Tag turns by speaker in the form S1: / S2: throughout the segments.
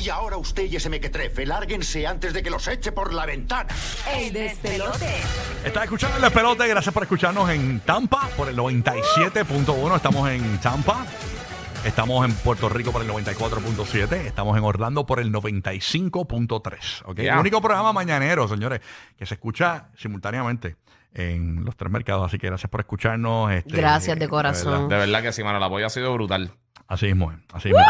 S1: Y ahora usted y ese mequetrefe, lárguense antes de que los eche por la ventana.
S2: El despelote.
S3: Estás escuchando el despelote. Gracias por escucharnos en Tampa por el 97.1. Estamos en Tampa. Estamos en Puerto Rico por el 94.7. Estamos en Orlando por el 95.3. ¿ok?
S4: Ya.
S3: El único programa mañanero, señores, que se escucha simultáneamente en los tres mercados. Así que gracias por escucharnos. este,
S5: Gracias de
S3: verdad.
S5: corazón.
S4: De verdad que sí, mano. El apoyo ha sido brutal.
S3: Así mismo es. Así mismo es.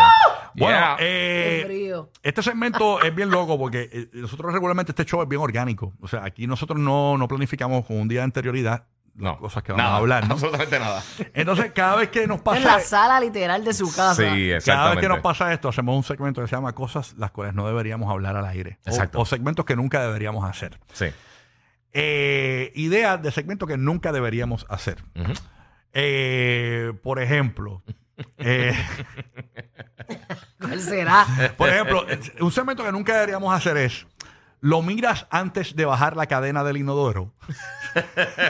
S3: Bueno,
S4: Yeah.
S3: eh,
S5: Qué frío.
S3: Este segmento es bien loco porque eh, nosotros regularmente este show es bien orgánico. O sea, aquí nosotros no, no planificamos con un día de anterioridad las
S4: No.
S3: cosas que vamos
S4: Nada,
S3: a hablar, ¿no?
S4: Absolutamente nada.
S3: Entonces, cada vez que nos
S5: En la
S3: pasa e-
S5: sala literal de su casa.
S4: Sí, exactamente.
S3: cada vez que nos pasa esto, hacemos un segmento que se llama cosas las cuales no deberíamos hablar al aire. O-
S4: Exacto.
S3: O, segmentos que nunca deberíamos hacer.
S4: Sí.
S3: Eh, ideas de segmentos que nunca deberíamos hacer.
S4: Ujú.
S3: Eh, por ejemplo, eh,
S5: ¿Cuál será?
S3: Por ejemplo, un segmento que nunca deberíamos hacer es lo miras antes de bajar la cadena del inodoro.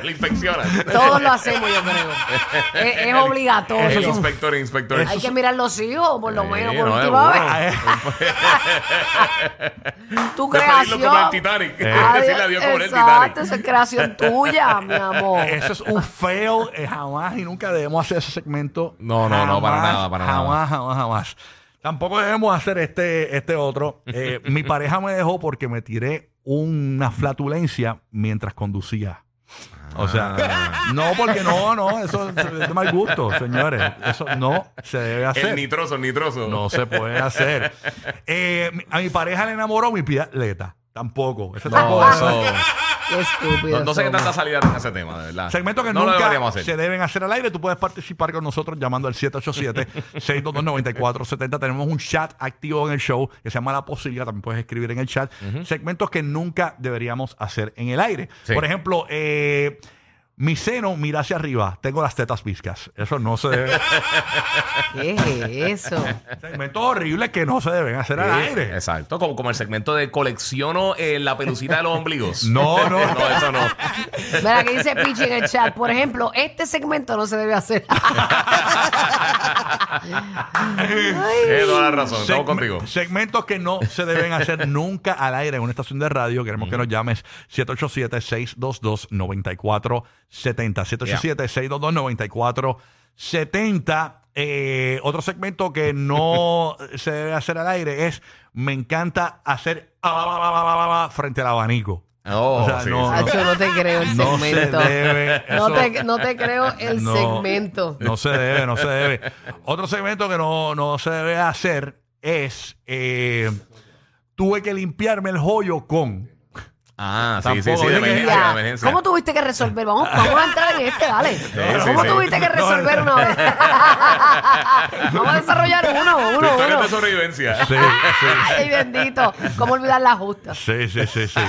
S4: el inspecciona.
S5: Todos lo hacemos, yo creo. Es, es
S4: El
S5: obligatorio.
S4: inspector, el inspector.
S5: Hay que mirar los hijos, por lo
S4: Sí,
S5: menos, por
S4: no,
S5: última
S4: seguro.
S5: vez. Tu
S4: Despedirlo
S5: creación.
S4: como el Titanic.
S5: Adiós.
S4: Decirle adiós como en el
S5: Exacto,
S4: Titanic.
S5: eso es creación tuya, mi amor.
S3: Eso es un fail. eh, jamás y nunca debemos hacer ese segmento.
S4: No, no, no, para
S3: Jamás,
S4: nada, para
S3: jamás,
S4: nada.
S3: jamás, jamás. Tampoco debemos hacer este, este otro. Eh, mi pareja me dejó porque me tiré una flatulencia mientras conducía. O sea,
S4: Ah.
S3: no, porque no, no, eso es de mal gusto, señores. Eso no se debe hacer.
S4: El nitroso, el nitroso.
S3: No se puede hacer. Eh, mi- a mi pareja le enamoró mi pialeta. Tampoco. Ese tampoco
S4: No,
S3: es
S4: eso-
S5: Qué estúpido.
S4: no, no sé qué
S5: somos.
S4: tanta salida tiene ese tema, de verdad.
S3: Segmento que
S4: Ah, no lo
S3: nunca
S4: deberíamos hacer.
S3: se deben hacer al aire. Tú puedes participar con nosotros llamando al 787-622-9470. Tenemos un chat activo en el show que se llama La Posibilidad. También puedes escribir en el chat. Segmentos que nunca deberíamos hacer en el aire.
S4: Sí.
S3: Por ejemplo, eh, mi seno mira hacia arriba. Tengo las tetas viscas. Eso no se debe.
S5: ¿Qué es eso?
S3: Segmentos horribles que no se deben hacer al
S4: Sí,
S3: aire.
S4: Exacto, como, como el segmento de colecciono eh, la pelucita de los ombligos. Eh,
S3: No, no.
S4: no, eso no.
S5: Mira, que dice Pichi en el chat. Por ejemplo, este segmento no se debe hacer.
S4: Eh, toda la razón,
S3: Segme-
S4: estamos contigo.
S3: Segmentos que no se deben hacer nunca al aire en una estación de radio. Queremos que nos llames 787-622-9470. 787-622-9470. Eh, otro segmento que no se debe hacer al aire es me encanta hacer ah, ah, ah, ah, ah, ah, frente al abanico.
S4: Oh,
S3: O sea,
S4: sí,
S3: no,
S4: sí.
S5: Nacho, no te creo el
S3: No se
S5: segmento.
S3: debe.
S5: No
S3: Eso-
S5: te, no te creo el
S3: No,
S5: segmento.
S3: No se debe, no se debe. Otro segmento que no, no se debe hacer es eh, tuve que limpiarme el joyo con.
S4: Ah, sí, sí,
S3: Tampoco.
S4: sí,
S3: Oye,
S4: de emergencia, de
S5: Ya.
S4: emergencia.
S5: ¿Cómo tuviste que resolver? Vamos, vamos a entrar en este, dale.
S4: sí,
S5: ¿Cómo
S4: sí.
S5: tuviste que resolver
S3: No,
S5: una vez? vamos a desarrollar uno,
S4: Tu
S5: uno,
S4: historia es de
S5: uno.
S4: sobrevivencia.
S3: Sí,
S5: Ay, bendito. ¿Cómo olvidar la justa?
S3: sí, sí, sí, sí.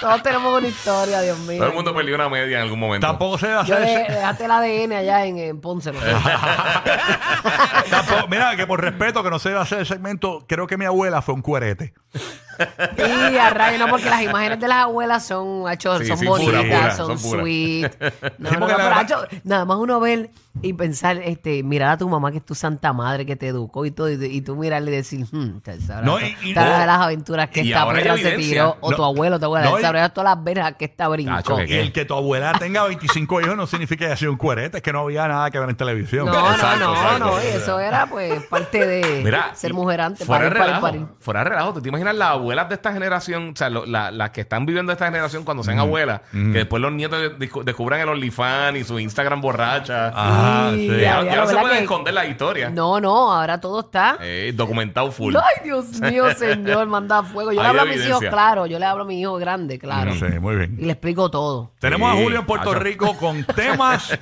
S5: Todos tenemos una historia, Dios mío.
S4: Todo el mundo perdió una media en algún momento.
S3: Tampoco se debe
S5: Yo
S3: hacer.
S5: le,
S3: ese-
S5: dejaste el ADN allá en, en Ponce. ¿no?
S3: Tampoco- mira, que por respeto que no se debe hacer el segmento, creo que mi abuela fue un cuerete.
S5: Y a rayo, no, porque las imágenes de las abuelas son, hacho,
S4: Sí,
S5: son
S4: sí, pura,
S5: bonitas,
S4: pura,
S5: son,
S4: son pura.
S5: sweet. No,
S3: Sí,
S5: no,
S3: porque
S5: no,
S3: la
S5: pero,
S3: verdad-
S5: hacho, nada más uno ver y pensar, este, mirar a tu mamá que es tu santa madre que te educó y todo, y, y tú mirarle y decir, hmm, tal sabrá
S3: No,
S5: to-
S3: y- y-
S5: tal
S3: no.
S5: de las aventuras que
S4: Y
S5: esta
S4: ahora hay
S5: perra se
S4: evidencia.
S5: tiró, o
S3: No.
S5: tu abuelo, tu abuela,
S3: No, y-
S5: tal sabrá todas las verjas que esta brincó.
S4: Hacho, que-
S3: Y el que tu abuela tenga 25 hijos no significa que haya sido un cuerete, es que no había nada que ver en televisión.
S5: No, no,
S4: Exacto,
S5: no,
S4: exacto.
S5: no, y eso era pues parte de
S4: Mira,
S5: ser
S4: y
S5: mujer antes,
S4: Fuera de
S5: parir, parir,
S4: relajo.
S5: parir.
S4: Fuera de relajo. ¿Tú te imaginas las abuelas de esta generación, o sea, lo- la- las que están viviendo esta generación cuando sean abuelas, que después los nietos de- discu- descubran el OnlyFans y su Instagram borracha?
S3: Ajá,
S5: Ah. Y
S3: sí.
S4: ya
S5: había
S4: ya no se
S5: novela
S4: pueden
S5: que-
S4: esconder la historia.
S5: No, no, ahora todo está
S4: Eh, documentado full.
S5: Ay, Dios mío, señor, manda fuego. Yo le
S4: Hay
S5: hablo a mis hijos,
S4: evidencia. Mm.
S5: claro. Yo le hablo a mi hijo grande, claro.
S3: Sí, muy bien.
S5: Y le explico todo.
S3: Tenemos
S4: Sí,
S3: a Julio en Puerto
S4: cacho.
S3: Rico con temas.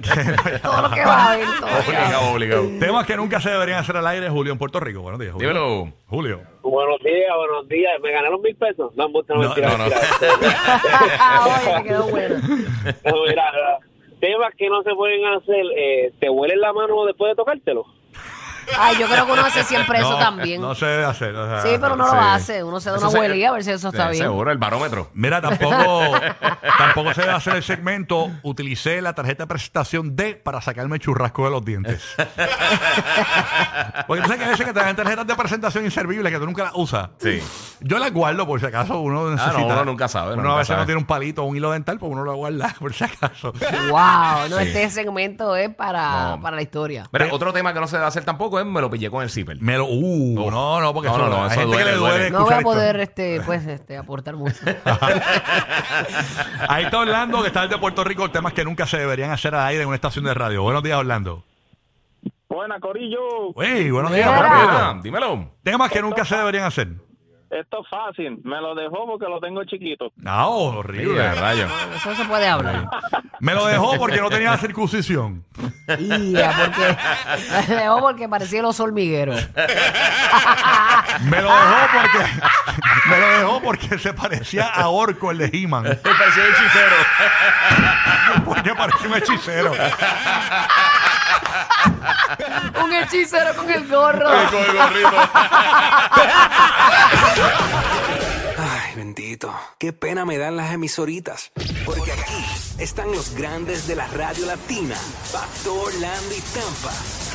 S5: Todo lo que va a haber, todo lo que va a haber.
S4: Obligado, obligado.
S3: Temas que nunca se deberían hacer al aire, Julio, en Puerto Rico. Buenos días, Julio.
S4: Dímelo.
S3: Julio.
S6: Buenos días, buenos días. ¿Me ganaron mil pesos? No, no,
S3: No,
S6: mentira,
S4: no, no.
S6: mentira.
S5: Oye, me quedó bueno.
S6: No, mira, temas que no se pueden hacer. eh, ¿Te huelen la mano después de tocártelo?
S5: Ay, yo creo que uno hace siempre eso
S3: No,
S5: también.
S3: No se debe hacer. o sea,
S5: sí, pero no
S4: sí.
S5: lo hace. Uno se da una
S4: Eso se-
S5: huelía a ver si eso está
S4: Eh,
S5: bien.
S4: Seguro, el barómetro.
S3: Mira, tampoco, tampoco se debe hacer el segmento. Utilicé la tarjeta de presentación D para sacarme el churrasco de los dientes. Porque tú sabes que a veces que te dan tarjetas de presentación inservibles que tú nunca las usas.
S4: Sí. Ah,
S3: Yo las guardo por si acaso uno necesita.
S4: uno nunca sabe,
S3: Uno
S4: nunca
S3: a veces
S4: sabe.
S3: no tiene un palito o un hilo dental, pues uno lo guarda por si acaso.
S5: Wow, no, este segmento es para,
S4: No.
S5: para la historia.
S4: Mira, otro tema que no se debe hacer tampoco es me lo pillé con el zipper.
S3: Me lo. Uh,
S4: Uf.
S3: no, no, porque
S4: No,
S3: eso,
S4: no, no,
S3: hay
S4: eso
S3: gente que
S4: duele,
S3: le duele.
S4: duele.
S5: No voy
S3: escuchar
S5: a poder
S3: esto.
S5: este, pues, este, aportar mucho.
S3: Ahí está Orlando, que está desde Puerto Rico, temas que nunca se deberían hacer al aire en una estación de radio. Buenos días, Orlando.
S7: Buena, Corillo.
S3: Uy, buenos días,
S5: Mira.
S3: papito.
S4: Ah, dímelo.
S3: Temas que nunca se deberían hacer.
S7: Esto es fácil. Me lo dejó porque lo tengo chiquito.
S3: No, Ah, horrible.
S4: Mira, rayo.
S5: Eso se puede hablar.
S3: Me lo dejó porque no tenía la circuncisión.
S5: Ya, porque, dejó porque parecía los hormigueros.
S3: Me lo dejó porque me lo dejó porque se parecía a Orco el de He-Man.
S4: Me pareció hechicero.
S3: Porque parecía un hechicero.
S5: Un hechicero con el gorro.
S4: Con el gorrito.
S8: Ay, bendito. Qué pena me dan las emisoritas. Porque aquí están los grandes de la radio latina. Factor, Orlando y Tampa.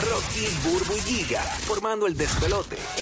S8: Rocky, Burbu y Giga. Formando el despelote.